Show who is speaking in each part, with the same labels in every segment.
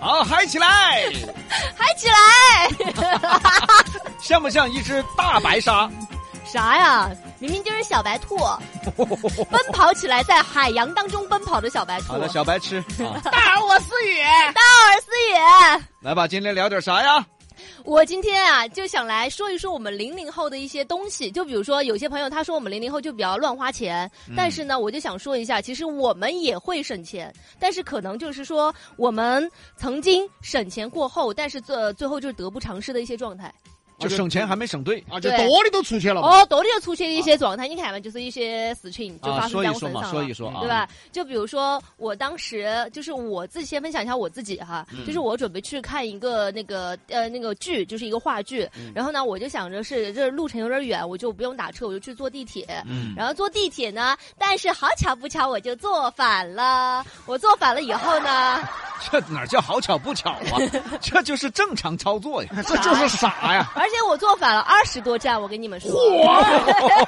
Speaker 1: 好，啊嗨起来！哎
Speaker 2: 嗨起来！
Speaker 1: 像不像一只大白鲨？
Speaker 2: 啥呀？明明就是小白兔，奔跑起来，在海洋当中奔跑的小白兔 哎
Speaker 1: 好。了，小白痴， 啊、
Speaker 3: 大儿我思雨，
Speaker 2: 大耳思野，
Speaker 1: 来吧，今天聊点啥呀？
Speaker 2: 我今天啊就想来说一说我们零零后的一些东西，就比如说有些朋友他说我们零零后就比较乱花钱，
Speaker 1: 嗯
Speaker 2: 但是呢，我就想说一下，其实我们也会省钱，但是可能就是说我们曾经省钱过后，但是最最后就是得不偿失的一些状态。
Speaker 1: 就省钱还没省对
Speaker 3: 啊啊，就
Speaker 2: 对
Speaker 3: 多的都出去了嘛。
Speaker 2: 哦，多里就出现一些状态，你看嘛，就是一些事情就
Speaker 1: 啊！
Speaker 2: 发生
Speaker 1: 说
Speaker 2: 在
Speaker 1: 一
Speaker 2: 我
Speaker 1: 说
Speaker 2: 身
Speaker 1: 嘛，
Speaker 2: 上了。嗯
Speaker 1: 说一说啊，
Speaker 2: 对？吧？就比如说，我当时就是我自己先分享一下我自己哈，
Speaker 1: 嗯
Speaker 2: 就是我准备去看一个那个呃那个剧，就是一个话剧。
Speaker 1: 嗯
Speaker 2: 然后呢，我就想着是这路程有点远，我就不用打车，我就去坐地铁。
Speaker 1: 嗯，
Speaker 2: 然后坐地铁呢，但是好巧不巧，我就坐反了。我坐反了以后呢，
Speaker 1: 这哪叫好巧不巧 啊？这就是正常操作呀！
Speaker 3: 这就是傻呀！
Speaker 2: 而且我坐反了二十多站，我跟你们说，
Speaker 3: 嚯，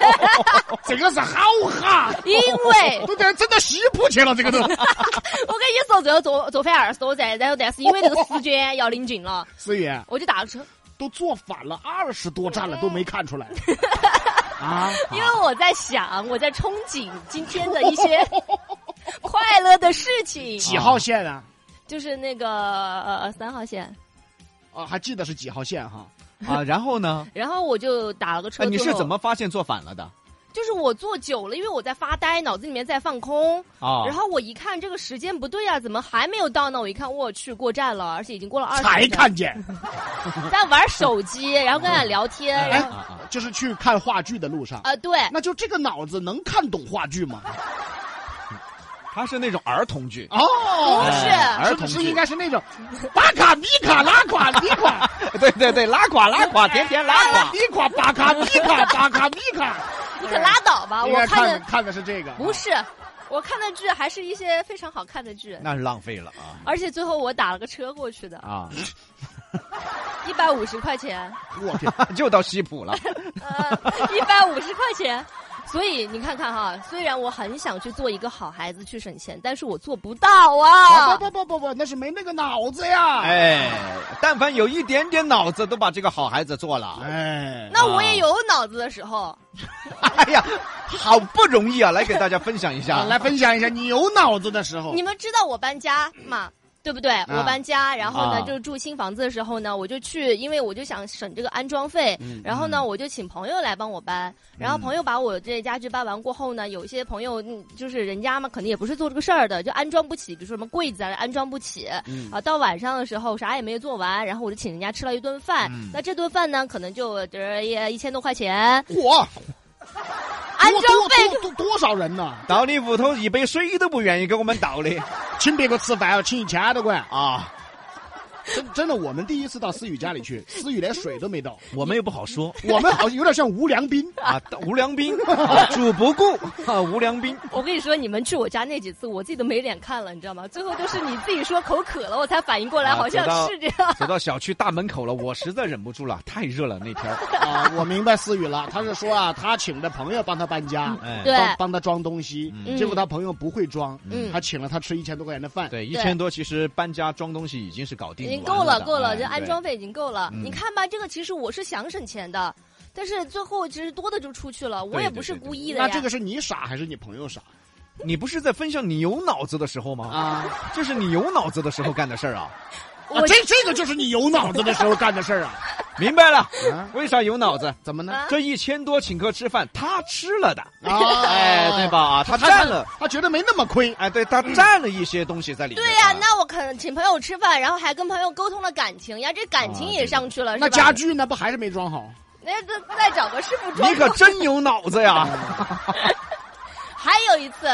Speaker 3: 这个是好哈，
Speaker 2: 哦因为
Speaker 3: 都得整到西部去了，这个都
Speaker 2: 我跟你说，最后坐坐反二十多站，然后但是因为这个时间要临近了，
Speaker 3: 思雨
Speaker 2: 我就打车。
Speaker 3: 都坐反了二十多站了，都没看 出来啊！
Speaker 2: 因为我在想，我在憧憬今天的一些快乐的事情，
Speaker 3: 几号线啊？
Speaker 2: 就是那个呃三号线，
Speaker 3: 啊，还记得是几号线哈？
Speaker 1: 啊，然后呢？
Speaker 2: 然后我就打了个车、
Speaker 1: 哎，你是怎？么发现坐反了的
Speaker 2: 就是我坐久了，因为我在发呆，脑子里面在放空。
Speaker 1: 啊？
Speaker 2: 然后我一看这个时间不对啊，怎么还没有到呢？我一看，我去过站了，而且已经过了二十。
Speaker 3: 才看见，
Speaker 2: 在玩手机，然后跟他聊天，
Speaker 1: 哎
Speaker 2: 然
Speaker 1: 啊
Speaker 2: 后
Speaker 1: 啊
Speaker 3: 就是去看话剧的路上。
Speaker 2: 啊、对，
Speaker 3: 那就这个脑子能看懂话剧吗？
Speaker 1: 他是那种儿童剧，
Speaker 3: 哦
Speaker 2: 不是
Speaker 1: 哎儿
Speaker 3: 是
Speaker 1: 童
Speaker 3: 不
Speaker 1: 剧
Speaker 3: 是应该是那种巴卡比卡拉垮比垮
Speaker 1: 对对对，拉垮拉垮，甜甜拉
Speaker 2: 哎
Speaker 1: 垮。
Speaker 3: 比垮巴卡比卡巴卡比卡？
Speaker 2: 你可拉倒吧！
Speaker 3: 应
Speaker 2: 我
Speaker 3: 该
Speaker 2: 看
Speaker 3: 看
Speaker 2: 的
Speaker 3: 看的是这个，
Speaker 2: 不是，我看的剧还是一些非常好看的剧。
Speaker 1: 那是浪费了啊
Speaker 2: 而且最后我打了个车过去的，
Speaker 1: 啊！
Speaker 2: 一百五十块钱，
Speaker 3: 我天，
Speaker 1: 就到西普了，
Speaker 2: 呃，一百五十块钱。所以你看看哈，虽然我很想去做一个好孩子去省钱，但是我做不到
Speaker 3: 啊
Speaker 2: 啊。
Speaker 3: 不不不不不，那是没那个脑子呀！
Speaker 1: 哎，但凡有一点点脑子，都把这个好孩子做 了。
Speaker 3: 哎，
Speaker 2: 那我也有脑子的时候，
Speaker 1: 哎呀，好不容易啊，来给大家分享一
Speaker 3: 啊
Speaker 1: 下。
Speaker 3: 来分享一下你有脑子的时候
Speaker 2: 你，们知道我搬家嘛？对不对？我搬家，然后
Speaker 1: 啊
Speaker 2: 呢，就是住新房子的时候呢，我就去，因为我就想省这个安装费，然后呢，我就请朋友来帮我搬。然后朋友把我这家具搬完过后呢，有一些朋友嗯就是人家嘛，可能也不是做这个事儿的，就安装不起，比如说什么柜子啊，安装不起。啊，到晚上的时候啥也没做完，然后我就请人家吃了一顿饭。那这顿饭呢，可能就呃一千多块钱，
Speaker 3: 嚯，
Speaker 2: 安
Speaker 3: 多
Speaker 2: 装费
Speaker 3: 多多多少人呢？
Speaker 1: 到你屋头一杯水都不愿意给我们倒的
Speaker 3: 请别个吃饭要请一千多块，
Speaker 1: 啊！
Speaker 3: 真真的，我们第一次到思雨家里去，思雨连水都没倒，
Speaker 1: 我们又不好说
Speaker 3: 我们好像有点像吴良斌。
Speaker 1: 啊，无良斌， 啊主不顾啊，无良斌。
Speaker 2: 我跟你说，你们去我家那几次，我自己都没脸看了，你知道吗？最后都是你自己说口渴了，我才反应过来，
Speaker 1: 啊
Speaker 2: 好像是这样。
Speaker 1: 走到小区大门口了，我实在忍不住了，太热了那天儿。
Speaker 3: 啊，我明白思雨了，他是说啊，他请的朋友帮他搬家，
Speaker 1: 哎，
Speaker 2: 对
Speaker 3: 帮帮他装东西，
Speaker 1: 嗯
Speaker 3: 结果他朋友不会装，
Speaker 2: 嗯
Speaker 3: 他请了他吃一千多块钱的饭，
Speaker 1: 对，一千多其实搬家装东西已经是搞定
Speaker 2: 已
Speaker 1: 完的，
Speaker 2: 经够了，够了，
Speaker 1: 哎
Speaker 2: 这安
Speaker 1: 对
Speaker 2: 装费已经够了。
Speaker 1: 嗯
Speaker 2: 你看吧，这个其实我是想省钱的，但是最后其实多的就出去了，我
Speaker 1: 对
Speaker 2: 也
Speaker 1: 对
Speaker 2: 不是
Speaker 1: 对对
Speaker 2: 故意的
Speaker 3: 那
Speaker 2: 呀。
Speaker 3: 这个是你傻还是你朋友傻
Speaker 1: 你不是在分享你有脑子的时候吗？
Speaker 3: 啊？
Speaker 1: 这是你有脑子的时候干的事儿啊！
Speaker 2: 我
Speaker 3: 这这个就是你有脑子的时候干的事 儿啊！
Speaker 1: 明白了，
Speaker 3: 啊，
Speaker 1: 为啥有脑子？
Speaker 3: 怎么呢？
Speaker 2: 啊
Speaker 1: 这一千多请客吃饭，他吃了的，
Speaker 2: 哦
Speaker 3: 啊，
Speaker 1: 哎，对？吧？啊，他
Speaker 3: 他
Speaker 1: 占了，，
Speaker 3: 他觉得没那么亏。
Speaker 1: 哎，对他占了一些东西在里面。
Speaker 2: 对呀、
Speaker 1: 啊
Speaker 2: 那我肯请朋友吃饭，然后还跟朋友沟通了感情呀，这感情
Speaker 1: 啊
Speaker 2: 也
Speaker 1: 对
Speaker 2: 上去了，是
Speaker 3: 那
Speaker 2: 吧？
Speaker 3: 家具呢？不还是没装好？
Speaker 2: 那再再找个师傅装
Speaker 1: 你可真有脑子呀！
Speaker 2: 还有一次，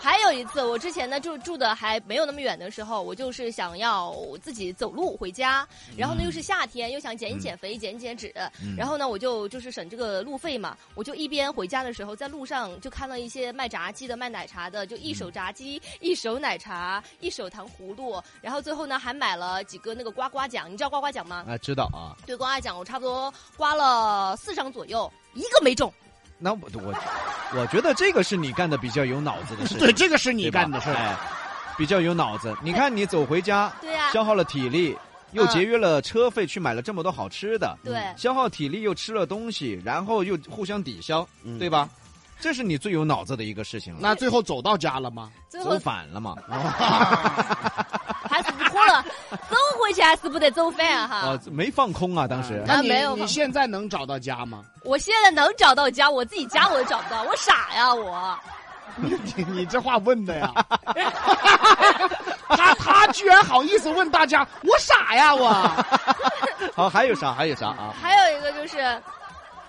Speaker 2: 还有一次，我之前呢就住的还没有那么远的时候，我就是想要自己走路回家，
Speaker 1: 嗯
Speaker 2: 然后呢又是夏天，又想减一减肥、减一减脂，然后呢我就就是省这个路费嘛，我就一边回家的时候，在路上就看到一些卖炸鸡的、卖奶茶的，就一手炸鸡、一手奶茶、一手糖葫芦，然后最后呢还买了几个那个刮刮奖，你知道刮刮奖吗？
Speaker 1: 啊，知道啊，
Speaker 2: 对刮刮奖，我差不多刮了四张左右，一个没中。
Speaker 1: 那我我我觉得这个是你干的比较有脑子的事情。
Speaker 3: 对，这个是你
Speaker 1: 对吧
Speaker 3: 干的事儿。
Speaker 1: 哎比较有脑子。你看你走回家，
Speaker 2: 对呀、
Speaker 1: 消耗了体力，又
Speaker 2: 嗯
Speaker 1: 节约了车费，去买了这么多好吃的，
Speaker 2: 对
Speaker 1: 消耗体力又吃了东西，然后又互相抵消，
Speaker 3: 嗯
Speaker 1: 对吧？这是你最有脑子的一个事情了。
Speaker 3: 那最后走到家了吗？
Speaker 2: 最后
Speaker 1: 走反了嘛？
Speaker 2: 还是不可了，走回去还是不得走反啊哈。
Speaker 1: 啊，没放空啊，当时
Speaker 2: 啊
Speaker 3: 那你
Speaker 2: 没有
Speaker 3: 你现在能找到家吗？
Speaker 2: 我现在能找到家，我自己家我都找不到，我傻呀我。
Speaker 3: 你你这话 问的呀？他他居然好意思问大家，我傻呀我？
Speaker 1: 好，还有啥？还有啥啊？
Speaker 2: 还有一个就是，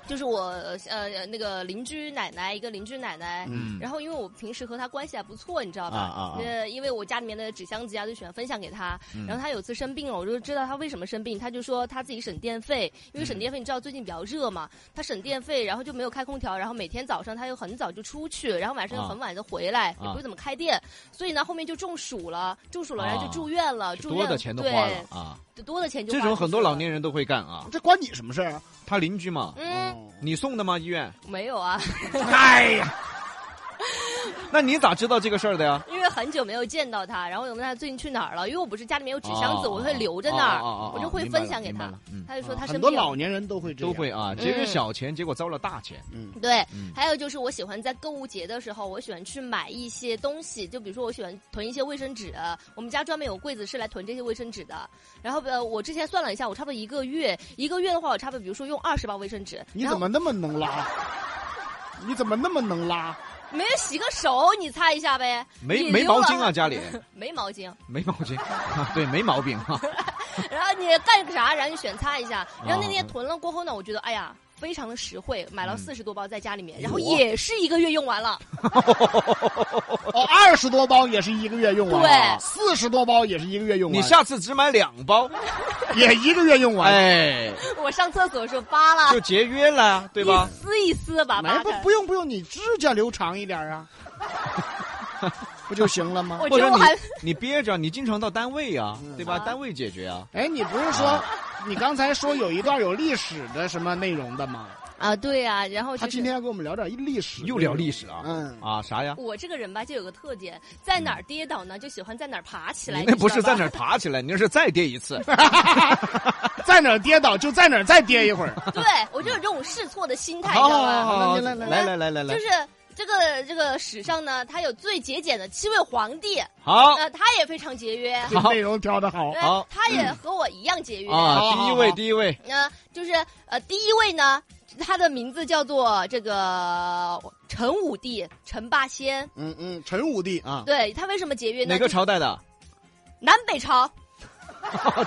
Speaker 2: 就是我呃那个邻居奶奶，一个邻居奶奶。
Speaker 1: 嗯，
Speaker 2: 然后，因为我平时和她关系还不错，你知道吧？
Speaker 1: 啊啊啊
Speaker 2: 呃，因为我家里面的纸箱子呀，就喜欢分享给她。
Speaker 1: 嗯
Speaker 2: 然后她有次生病了，我就知道她为什么生病。她就说她自己省电费，因为省电费你知道最近比较热嘛，她省电费，然后就没有开空调，然后每天早上她又很早就出去，然后晚上又
Speaker 1: 啊
Speaker 2: 很晚就回来，也
Speaker 1: 啊
Speaker 2: 不会怎么开店，所以呢后面就中暑了，中暑了，然后就
Speaker 1: 啊
Speaker 2: 住院了，住院
Speaker 1: 多的钱都花了啊！
Speaker 2: 对，多的钱就
Speaker 1: 这
Speaker 2: 花
Speaker 1: 种
Speaker 2: 出
Speaker 1: 很
Speaker 2: 去
Speaker 1: 多老
Speaker 2: 了，
Speaker 1: 年人都会干啊。
Speaker 3: 这关你什么事儿啊？
Speaker 1: 他邻居嘛，
Speaker 2: 嗯，
Speaker 3: 哦
Speaker 1: 你送的吗？医院？
Speaker 2: 没有啊，
Speaker 1: 哎呀，那你咋知道这个事儿的呀？
Speaker 2: 因为很久没有见到他，然后我问他最近去哪儿了，因为我不是家里面有纸箱子，
Speaker 1: 哦
Speaker 2: 我会留着那儿，
Speaker 1: 哦哦哦哦
Speaker 2: 我就会
Speaker 1: 明白了
Speaker 2: 分享给
Speaker 1: 明白
Speaker 2: 他
Speaker 1: 了。嗯
Speaker 2: 他就说他
Speaker 3: 很
Speaker 2: 生
Speaker 3: 多
Speaker 2: 病，
Speaker 3: 老年人都会这
Speaker 1: 都
Speaker 3: 样，
Speaker 1: 会啊，
Speaker 2: 嗯
Speaker 1: 节约小钱，结果遭了大钱。
Speaker 3: 嗯，
Speaker 2: 对。
Speaker 1: 嗯，
Speaker 2: 还有就是，我喜欢在购物节的时候，我喜欢去买一些东西，就比如说我喜欢囤一些卫生纸，我们家专门有柜子是来囤这些卫生纸的。然后呃，我之前算了一下，我差不多一个月，一个月的话，我差不多比如说用二十包卫生纸，
Speaker 3: 你
Speaker 2: 然
Speaker 3: 怎
Speaker 2: 后
Speaker 3: 么那么 能拉？你怎么那么能拉？
Speaker 2: 没有洗个手，你擦一下呗，
Speaker 1: 没
Speaker 2: 你
Speaker 1: 没
Speaker 2: 留
Speaker 1: 毛
Speaker 2: 了
Speaker 1: 巾啊，家里
Speaker 2: 没毛巾。
Speaker 1: 没毛巾 啊，对，没毛病 啊。
Speaker 2: 然后你干个啥，然后你选擦一下。然后那天囤了过后呢，我觉得哎呀，非常的实惠，买了
Speaker 1: 嗯
Speaker 2: 四十多包在家里面，然
Speaker 1: 我
Speaker 2: 后也是一个月用完了。
Speaker 3: 哦，二十多包也是一个月用完啊，
Speaker 2: 对
Speaker 3: 四十多包也是一个月用完，
Speaker 1: 你下次只买两包，
Speaker 3: 也一个月用完，
Speaker 1: 哎，
Speaker 2: 我上厕所的时候扒拉
Speaker 1: 就节约了，对吧
Speaker 2: 一？丝一丝吧，
Speaker 3: 没
Speaker 2: 扒
Speaker 3: 哎不
Speaker 2: 开。
Speaker 3: 不用不用，你指甲留长一点 啊，不就行了吗
Speaker 2: 我？
Speaker 1: 或
Speaker 2: 觉
Speaker 1: 者
Speaker 2: 得我
Speaker 1: 你
Speaker 2: 还
Speaker 1: 你憋着，你经常到单位呀
Speaker 3: 嗯，
Speaker 1: 对吧？
Speaker 2: 啊
Speaker 1: 单位解决啊。
Speaker 3: 哎，你不是说你刚才说有一段有历史的什么内容的吗？
Speaker 2: 啊，对呀、然后
Speaker 3: 他
Speaker 2: 就
Speaker 3: 今
Speaker 2: 是。
Speaker 3: 天要跟我们聊点历史，
Speaker 1: 又聊历史啊
Speaker 3: 嗯，
Speaker 1: 啊啥呀？
Speaker 2: 我这个人吧，就有个特点，在哪儿跌倒呢，就喜欢在哪儿爬起来。
Speaker 1: 你那不是在
Speaker 2: 哪
Speaker 1: 那儿爬起来，你那是再跌一 次。
Speaker 3: 在哪儿跌倒就在哪儿再跌 一会儿，
Speaker 2: 儿？对我就有这种试错的心态，你
Speaker 1: 好
Speaker 2: 知道
Speaker 1: 好好
Speaker 2: 吧？
Speaker 1: 好，
Speaker 3: 那你来
Speaker 1: 来
Speaker 3: 来
Speaker 1: 来来来
Speaker 2: 就
Speaker 1: 来，
Speaker 2: 是这个这个史上呢，它有最节俭的七位皇帝，
Speaker 1: 好
Speaker 2: 呃，他也非常节约，
Speaker 1: 哦
Speaker 3: 这内容挑的好，
Speaker 2: 对
Speaker 1: 好
Speaker 2: 他也和我一样节约。
Speaker 1: 啊，
Speaker 3: 好
Speaker 1: 第一
Speaker 3: 好
Speaker 1: 位
Speaker 2: 呃
Speaker 3: 好
Speaker 1: 第一位，
Speaker 2: 那、就是呃，第一位呢，他的名字叫做这个陈武帝陈霸先。
Speaker 3: 嗯嗯，陈武帝啊，
Speaker 2: 对他为什么节约呢？
Speaker 1: 哪个
Speaker 2: 就
Speaker 1: 朝代的？
Speaker 2: 南北朝。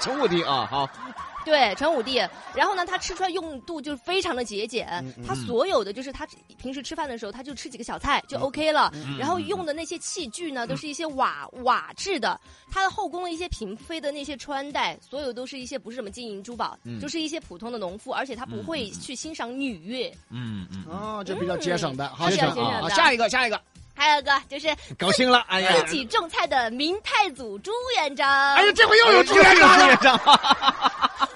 Speaker 1: 陈武帝啊，好，
Speaker 2: 对陈武帝，然后呢，他吃穿用度就是非常的节俭，
Speaker 3: 嗯嗯嗯
Speaker 2: 他所有的就是他平时吃饭的时候，他就吃几个小菜就 OK 了，然后用的那些器具呢，都是一些瓦瓦制的，他的后宫的一些嫔妃的那些穿戴，所有都是一些不是什么金银珠宝，
Speaker 1: 嗯
Speaker 2: 就是一些普通的农妇，而且他
Speaker 3: 嗯
Speaker 2: 不会去欣赏女乐。
Speaker 1: 嗯嗯嗯，
Speaker 3: 哦，这比较节省的，好
Speaker 2: 好
Speaker 1: 节省
Speaker 3: 啊，
Speaker 2: 的
Speaker 3: 啊下一个下一个，
Speaker 2: 还有一个就是
Speaker 1: 高兴了，哎呀，
Speaker 2: 自己种菜的明太祖朱元璋，
Speaker 3: 哎呀，这回又有朱
Speaker 1: 朱元
Speaker 3: 元璋了，
Speaker 1: 璋，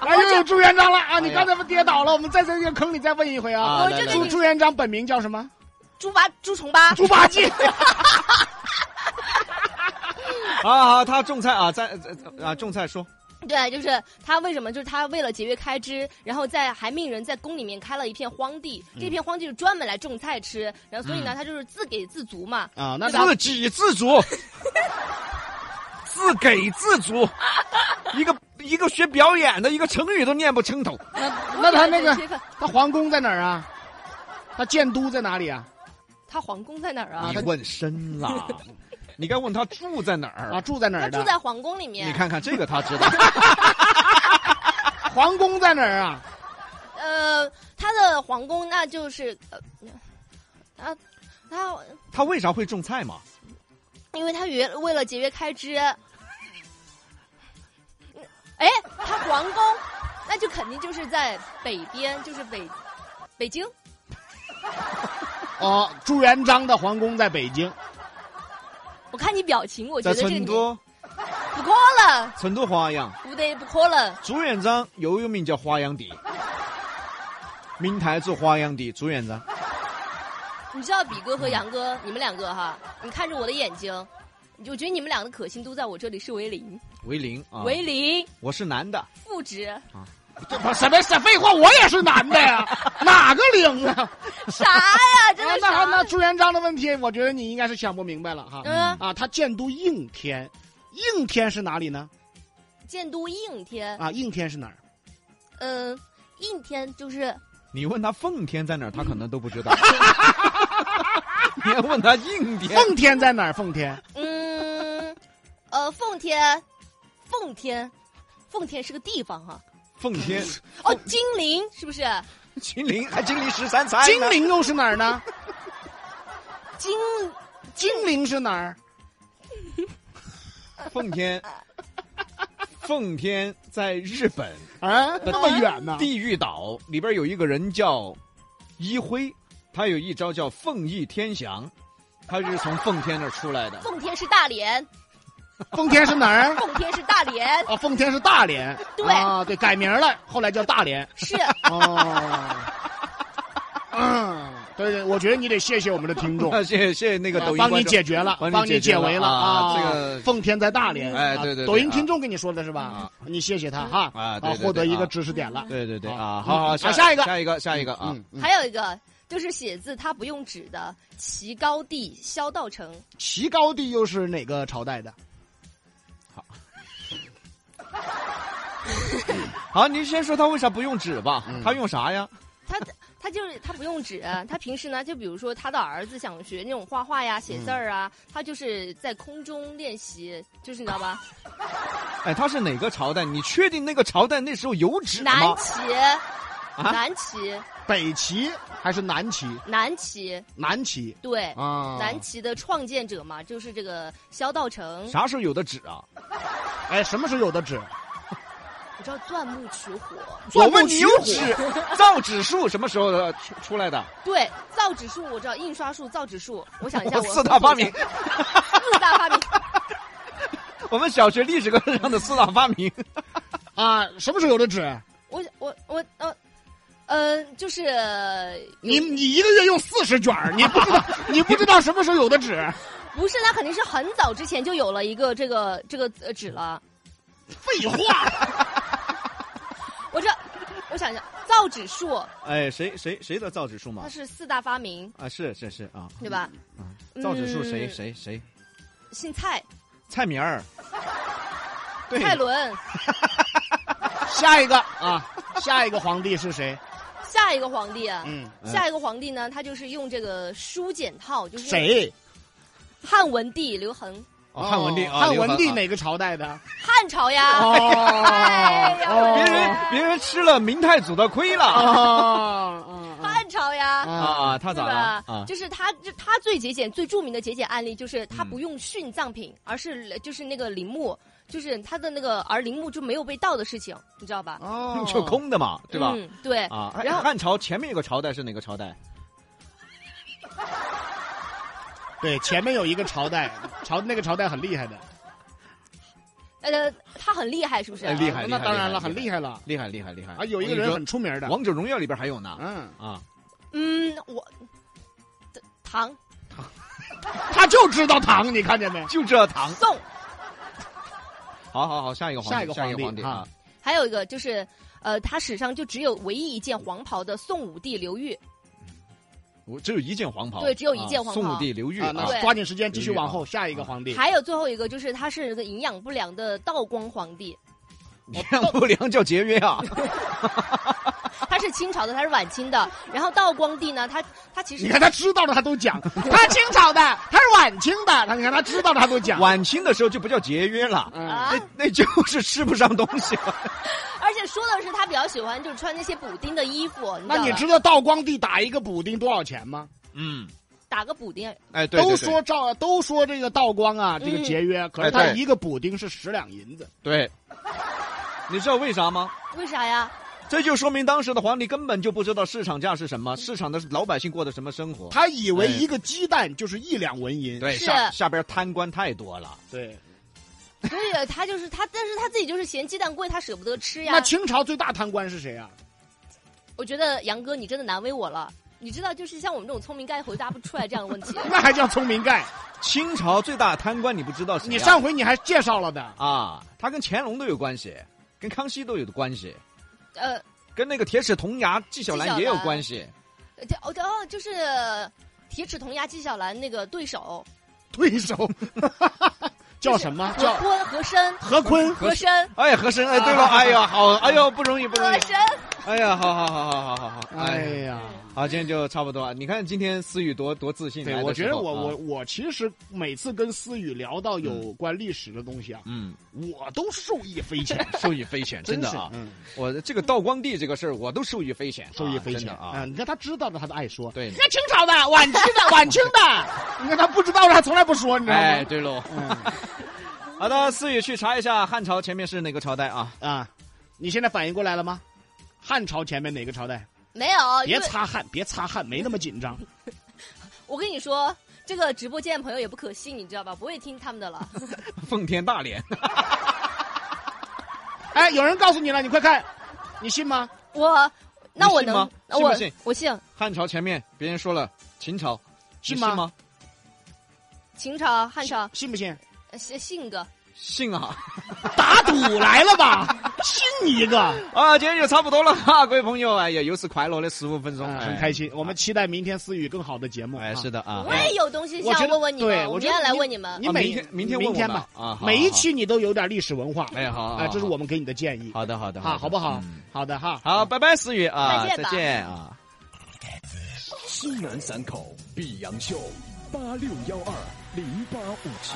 Speaker 3: 哎，又有朱元璋了啊！你
Speaker 1: 哎呀
Speaker 3: 刚才不跌倒了，我们再在这个坑里再问一回啊。
Speaker 1: 啊
Speaker 2: 我
Speaker 1: 来
Speaker 2: 就
Speaker 1: 来
Speaker 2: 给
Speaker 3: 朱
Speaker 2: 你
Speaker 3: 朱元璋本名叫什么？
Speaker 2: 猪八猪重八，
Speaker 3: 猪八戒。
Speaker 1: 啊，好，他种菜啊，在啊种菜说，
Speaker 2: 对，就是他为什么？就是他为了节约开支，然后在还命人在宫里面开了一片荒地，
Speaker 3: 嗯
Speaker 2: 这片荒地是专门来种菜吃，然后所以呢，他就是自给自足 嘛。
Speaker 3: 啊，那咱
Speaker 1: 自给自 足，自给自足，一个一个学表演的，一个成语都念不清头，
Speaker 2: 啊
Speaker 3: 那他那个
Speaker 2: 这个
Speaker 3: 他皇宫在哪儿啊？他建都在哪里啊？
Speaker 2: 他皇宫在哪儿啊
Speaker 1: 你？问深 了，你该问他住在哪儿
Speaker 3: 啊，。住在哪
Speaker 2: 他
Speaker 3: 儿
Speaker 2: 住
Speaker 3: 的？
Speaker 2: 在皇宫里面。
Speaker 1: 你，看看这个，他知 道。
Speaker 3: 皇宫在哪儿啊？
Speaker 2: 呃，他的皇宫那就是呃，啊，他
Speaker 1: 他为啥会种菜嘛？
Speaker 2: 因为他为为了节约开支，哎，他皇宫那就肯定就是在北边，就是北北京。
Speaker 3: 哦，朱元璋的皇宫在北京。
Speaker 2: 我看你表情，我觉
Speaker 1: 在
Speaker 2: 得这个
Speaker 1: 成
Speaker 2: 你
Speaker 1: 都，
Speaker 2: 不可能，
Speaker 1: 成都花样。
Speaker 2: 不得不可能。
Speaker 1: 朱元璋又有名叫花样帝，明太祖花样帝朱元璋。
Speaker 2: 你知道比哥和杨哥，你们两个哈，你看着我的眼睛，我觉得你们俩的可信度在我这里是为零，
Speaker 1: 为零啊，
Speaker 2: 为零，
Speaker 1: 我是男的，
Speaker 2: 负值，
Speaker 3: 这不什么什废话，我也是男的 呀，哪个零啊？
Speaker 2: 啥呀？真
Speaker 3: 啊
Speaker 2: 的
Speaker 3: 那还
Speaker 2: 啥？
Speaker 3: 那朱元璋的问题，我觉得你应该是想不明白了哈。
Speaker 2: 嗯，
Speaker 3: 啊，他建都应天，应天是哪里呢？
Speaker 2: 建都应天，
Speaker 3: 啊，应天是哪儿？
Speaker 2: 嗯，应天就是
Speaker 1: 你问他奉天在哪儿，他可能都不知道。 你要问他应天，
Speaker 3: 奉天在哪儿？奉天
Speaker 2: 嗯，呃，奉天，奉天，奉天是个地方哈、
Speaker 1: 奉 天，
Speaker 2: 哦，金陵是不是？
Speaker 1: 金陵还金陵十三钗呢，
Speaker 3: 金陵又是哪儿呢？
Speaker 2: 金
Speaker 3: 金陵是哪儿？
Speaker 1: 奉天，奉天在日本
Speaker 3: 啊，那么远呢？
Speaker 1: 地狱岛里边有一个人叫一辉，他有一招叫凤翼天翔，他就是从奉天那儿出来的。
Speaker 2: 奉天是大连，
Speaker 3: 奉天是哪儿？
Speaker 2: 奉天是大连，
Speaker 3: 啊，奉天是大连。
Speaker 2: 对
Speaker 3: 啊，对，改名了，后来叫大连。
Speaker 2: 是
Speaker 3: 哦，嗯，对对，我觉得你得谢谢我们的 听众。
Speaker 1: 啊，谢谢谢谢那个
Speaker 3: 啊
Speaker 1: 抖音
Speaker 3: 帮你
Speaker 1: 观众
Speaker 3: 解决了，
Speaker 1: 帮你
Speaker 3: 帮你
Speaker 1: 解决
Speaker 3: 解
Speaker 1: 了
Speaker 3: 围了
Speaker 1: 啊
Speaker 3: 啊！
Speaker 1: 这个
Speaker 3: 奉天在大连，
Speaker 1: 哎
Speaker 3: 啊
Speaker 1: 对对对
Speaker 3: 抖音
Speaker 1: 啊
Speaker 3: 听众跟你说的是吧
Speaker 1: 啊？
Speaker 3: 你谢谢他哈
Speaker 1: 啊对对对
Speaker 3: 获得一个
Speaker 1: 啊
Speaker 3: 知识点了。
Speaker 1: 对对对
Speaker 3: 啊
Speaker 1: 啊，好好，
Speaker 3: 嗯
Speaker 1: 下
Speaker 3: 啊下一个
Speaker 1: 下一个，下一个啊，
Speaker 3: 嗯，嗯
Speaker 2: 还有一个就是写字，它不用纸的，齐高帝萧道成，
Speaker 3: 齐高帝又是哪个朝代的？
Speaker 1: 好，您先说他为啥不用纸吧？他用啥呀？
Speaker 2: 他他就是他不用 纸，他平时呢，就比如说他的儿子想学那种画画呀、写字儿啊，他就是在空中练习，就是你知道吧？
Speaker 1: 哎，他是哪个朝代？你确定那个朝代那时候有纸
Speaker 2: 南
Speaker 1: 吗？
Speaker 2: 齐，
Speaker 1: 啊
Speaker 2: 南齐，
Speaker 3: 北齐还是南齐？
Speaker 2: 南齐，
Speaker 3: 南齐
Speaker 2: 对。
Speaker 3: 啊，
Speaker 2: 南齐的创建者嘛，就是这个萧道成。
Speaker 1: 啥时候有的纸啊？
Speaker 3: 哎，什么时候有的纸？
Speaker 2: 我知道钻木取火，
Speaker 1: 我
Speaker 3: 钻木
Speaker 1: 问你
Speaker 3: 取
Speaker 1: 有
Speaker 3: 火
Speaker 1: 纸，造纸术什么时候的出出来的？
Speaker 2: 对，造纸术我知道，印刷术、造纸术，我想一下，
Speaker 1: 我
Speaker 2: 我
Speaker 1: 四大发明，
Speaker 2: 四大发明，
Speaker 1: 我们小学历史课上的四大发明。
Speaker 3: 啊，什么时候有的纸？
Speaker 2: 我我我呃呃，就是
Speaker 3: 你你一个月用四十卷儿，你不知 道你不知道什么时候有的纸？
Speaker 2: 不是，那肯定是很早之前就有了一个这个这个呃纸了。
Speaker 3: 废话，
Speaker 2: 我这，我想一下，造纸术
Speaker 1: 哎，谁谁谁的造纸术嘛
Speaker 2: 它？是四大发明，
Speaker 1: 啊，是是是啊，
Speaker 2: 对吧？
Speaker 1: 啊，造纸术谁
Speaker 2: 嗯
Speaker 1: 谁谁？
Speaker 2: 姓蔡，
Speaker 1: 蔡明儿。对，
Speaker 2: 蔡伦。
Speaker 3: 下一个啊，下一个皇帝是谁？
Speaker 2: 下一个皇帝啊，
Speaker 3: 嗯，
Speaker 1: 嗯
Speaker 2: 下一个皇帝呢，他就是用这个书简套，就是
Speaker 3: 谁？
Speaker 2: 汉文帝刘恒，
Speaker 1: 哦汉文帝啊，
Speaker 3: 汉
Speaker 1: 刘
Speaker 3: 文帝
Speaker 1: 啊
Speaker 3: 哪个朝 代的？
Speaker 2: 汉朝呀。哎呀
Speaker 3: 哦，
Speaker 1: 别人别人吃了明太祖的亏了啊
Speaker 3: 啊
Speaker 2: 汉朝呀，
Speaker 1: 啊！他
Speaker 2: 对
Speaker 1: 咋了
Speaker 2: 吧？
Speaker 1: 啊？
Speaker 2: 哦就是他，就他最节俭、最著名的节俭案例，就是他不用殉葬品，而是就是那个陵墓，就是他的那个而陵墓就没有被盗的事情，你知道吧？
Speaker 3: 哦
Speaker 1: 就空的嘛，对吧？
Speaker 2: 嗯，对。
Speaker 1: 啊，哎
Speaker 2: 然后
Speaker 1: 汉朝前面有个朝代是哪个朝代？
Speaker 3: 对，前面有一个朝代，朝那个朝代很厉害的，
Speaker 2: 呃，他很厉害，是不是？啊
Speaker 1: 哎厉害
Speaker 3: 啊那当然了，很
Speaker 1: 厉
Speaker 3: 厉害了
Speaker 1: 厉害厉害厉害
Speaker 3: 啊！有一个人很出名
Speaker 1: 《
Speaker 3: 的，
Speaker 1: 王者荣耀》里边还有呢
Speaker 3: 嗯，
Speaker 1: 啊！
Speaker 2: 嗯，我唐
Speaker 3: 他就知道唐，你看见没？
Speaker 1: 就这堂，
Speaker 2: 宋，
Speaker 1: 好好好，下一个皇帝，
Speaker 3: 下一个
Speaker 1: 下一
Speaker 3: 皇帝
Speaker 1: 个皇帝啊！
Speaker 2: 还有一个就是，呃，他史上就只有唯一一件黄袍的宋武帝刘裕。
Speaker 1: 我只有一件黄袍，
Speaker 2: 对只有一件黄袍
Speaker 1: 啊宋武帝刘裕
Speaker 3: 啊，那
Speaker 2: 对
Speaker 3: 抓紧时间继续
Speaker 1: 刘裕
Speaker 3: 往
Speaker 1: 啊
Speaker 3: 后，下一个皇帝。
Speaker 2: 还有最后一个就是，他是个营养不良的道光皇帝，
Speaker 1: 营养不良叫节约 啊！
Speaker 2: 他是清朝的，他是晚清的。然后道光帝呢，他他其
Speaker 3: 你
Speaker 2: 实
Speaker 3: 看他知道了，他都讲，他清朝的，他是晚清的，他你看他知道了，他都讲。
Speaker 1: 晚清的时候就不叫节约 了，
Speaker 3: 嗯，
Speaker 2: 啊
Speaker 1: 那，那就是吃不上东 西了。
Speaker 2: 而且说的是他比较喜欢就是穿那些补丁的衣服，你知道
Speaker 3: 那你
Speaker 2: 吧
Speaker 3: 知道道光帝打一个补丁多少钱吗？
Speaker 1: 嗯，
Speaker 2: 打个补丁，
Speaker 1: 哎，对，对对
Speaker 3: 都说赵，都说这个道光啊，这个
Speaker 2: 嗯
Speaker 3: 节约，可
Speaker 1: 哎
Speaker 3: 是他
Speaker 1: 对哦
Speaker 3: 一个补丁是十两银子。
Speaker 1: 对，你知道为啥吗？
Speaker 2: 为啥呀？
Speaker 1: 这就说明当时的皇帝根本就不知道市场价是什
Speaker 2: 嗯
Speaker 1: 么，市场的老百姓过的什么生活。
Speaker 3: 他以为
Speaker 1: 哎
Speaker 3: 一个鸡蛋就是一两文银。
Speaker 1: 对，
Speaker 2: 是
Speaker 1: 下下边贪官太多了。
Speaker 3: 对，
Speaker 2: 所以他就是他，但是他自己就是嫌鸡蛋贵，他舍不得吃呀
Speaker 3: 那。清朝最大贪官是谁啊？
Speaker 2: 我觉得杨哥你真的难为我了，你知道，就是像我们这种聪明盖回答不出来这样的问 题。
Speaker 3: 那还叫聪明盖？
Speaker 1: 清朝最大贪官你不知道谁、啊？
Speaker 3: 你上回你还介绍了的，
Speaker 1: 啊，他跟乾隆都有关系，跟康熙都有的关系，
Speaker 2: 呃，
Speaker 1: 跟那个铁齿铜牙纪晓
Speaker 2: 纪晓
Speaker 1: 岚也有
Speaker 2: 岚
Speaker 1: 关系。
Speaker 2: 这哦哦，就是铁齿铜牙纪晓岚那个对手
Speaker 3: 对手 叫什么？
Speaker 2: 何
Speaker 3: 叫
Speaker 2: 坤、和珅、
Speaker 3: 何坤。
Speaker 2: 和珅、
Speaker 1: 哎，和珅，哎，对 了，哎呀，好，哎呦，不容易，不容
Speaker 2: 和
Speaker 1: 易，
Speaker 2: 珅。
Speaker 1: 哎呀，好好好好好好好，
Speaker 3: 哎
Speaker 1: 哎，
Speaker 3: 呀，
Speaker 1: 好，今天就差不多了。你看今天思雨多多自信，
Speaker 3: 对
Speaker 1: 来，的
Speaker 3: 我觉
Speaker 1: 时
Speaker 3: 得
Speaker 1: 候
Speaker 3: 我
Speaker 1: 啊
Speaker 3: 我我其实每次跟思雨聊到有关历史的东西啊，
Speaker 1: 嗯，
Speaker 3: 我都受益匪浅，
Speaker 1: 受益匪浅， 真的
Speaker 3: 是
Speaker 1: 啊，
Speaker 3: 嗯，
Speaker 1: 我这个道光帝这个事儿我都受益匪浅，
Speaker 3: 受益匪
Speaker 1: 啊真
Speaker 3: 浅嗯
Speaker 1: 的啊，
Speaker 3: 你看他知道的，他都爱说。
Speaker 1: 对
Speaker 3: 你看清朝的、晚清的、晚清 的，你看他不知道的，他从来不说，你知道吗？嗯
Speaker 1: 哎，对喽，好的，思雨去查一下汉朝前面是哪个朝代啊？
Speaker 3: 啊，你现在反应过来了吗？汉朝前面哪个朝代？
Speaker 2: 没有，
Speaker 3: 别
Speaker 2: 呃因为
Speaker 3: 擦汗，别擦汗，没那么紧张。
Speaker 2: 我跟你说，这个直播间的朋友也不可信，你知道吧？不会听他们的了。
Speaker 1: 奉天大典，
Speaker 3: 哎，有人告诉你了，你快看，你信吗？
Speaker 2: 我，那
Speaker 1: 你
Speaker 2: 我
Speaker 1: 信
Speaker 2: 能
Speaker 1: 吗，
Speaker 2: 那
Speaker 1: 信不
Speaker 2: 我
Speaker 1: 信
Speaker 2: 我信
Speaker 1: 汉朝前面别人说了秦朝，
Speaker 3: 信
Speaker 1: 你
Speaker 3: 吗
Speaker 1: 信吗？
Speaker 2: 秦朝、汉朝，
Speaker 3: 信不信？
Speaker 2: 呃信信个。
Speaker 1: 信啊！
Speaker 3: 打赌来了吧？ 信你一个，
Speaker 1: 啊，今天就差不多了哈，各位朋友，哎呀，又是快乐的十五分钟，
Speaker 3: 啊
Speaker 1: 哎
Speaker 3: 很开心。我们期待明天思雨更好的节目。
Speaker 1: 哎，
Speaker 3: 啊
Speaker 1: 是的啊，
Speaker 2: 我也有东西
Speaker 3: 我觉
Speaker 2: 想
Speaker 3: 得
Speaker 2: 问问你
Speaker 3: 对
Speaker 2: 们，
Speaker 3: 我
Speaker 2: 我
Speaker 3: 觉
Speaker 2: 明
Speaker 3: 得
Speaker 2: 天来
Speaker 3: 你
Speaker 2: 问你们。
Speaker 3: 你
Speaker 1: 啊
Speaker 3: 每
Speaker 1: 明天明天问
Speaker 3: 明天
Speaker 1: 我吧
Speaker 3: 吧
Speaker 1: 啊好
Speaker 3: 每一期你都有点历史文化。
Speaker 1: 哎，好，
Speaker 3: 哎，这是我们给你的建议。
Speaker 1: 好的好的
Speaker 3: 啊，好不好
Speaker 1: 嗯？
Speaker 3: 好的哈。
Speaker 1: 好，拜拜，思雨啊，再
Speaker 2: 再见吧
Speaker 1: 见啊。
Speaker 4: 西南散口碧阳秀八六幺二零八五七。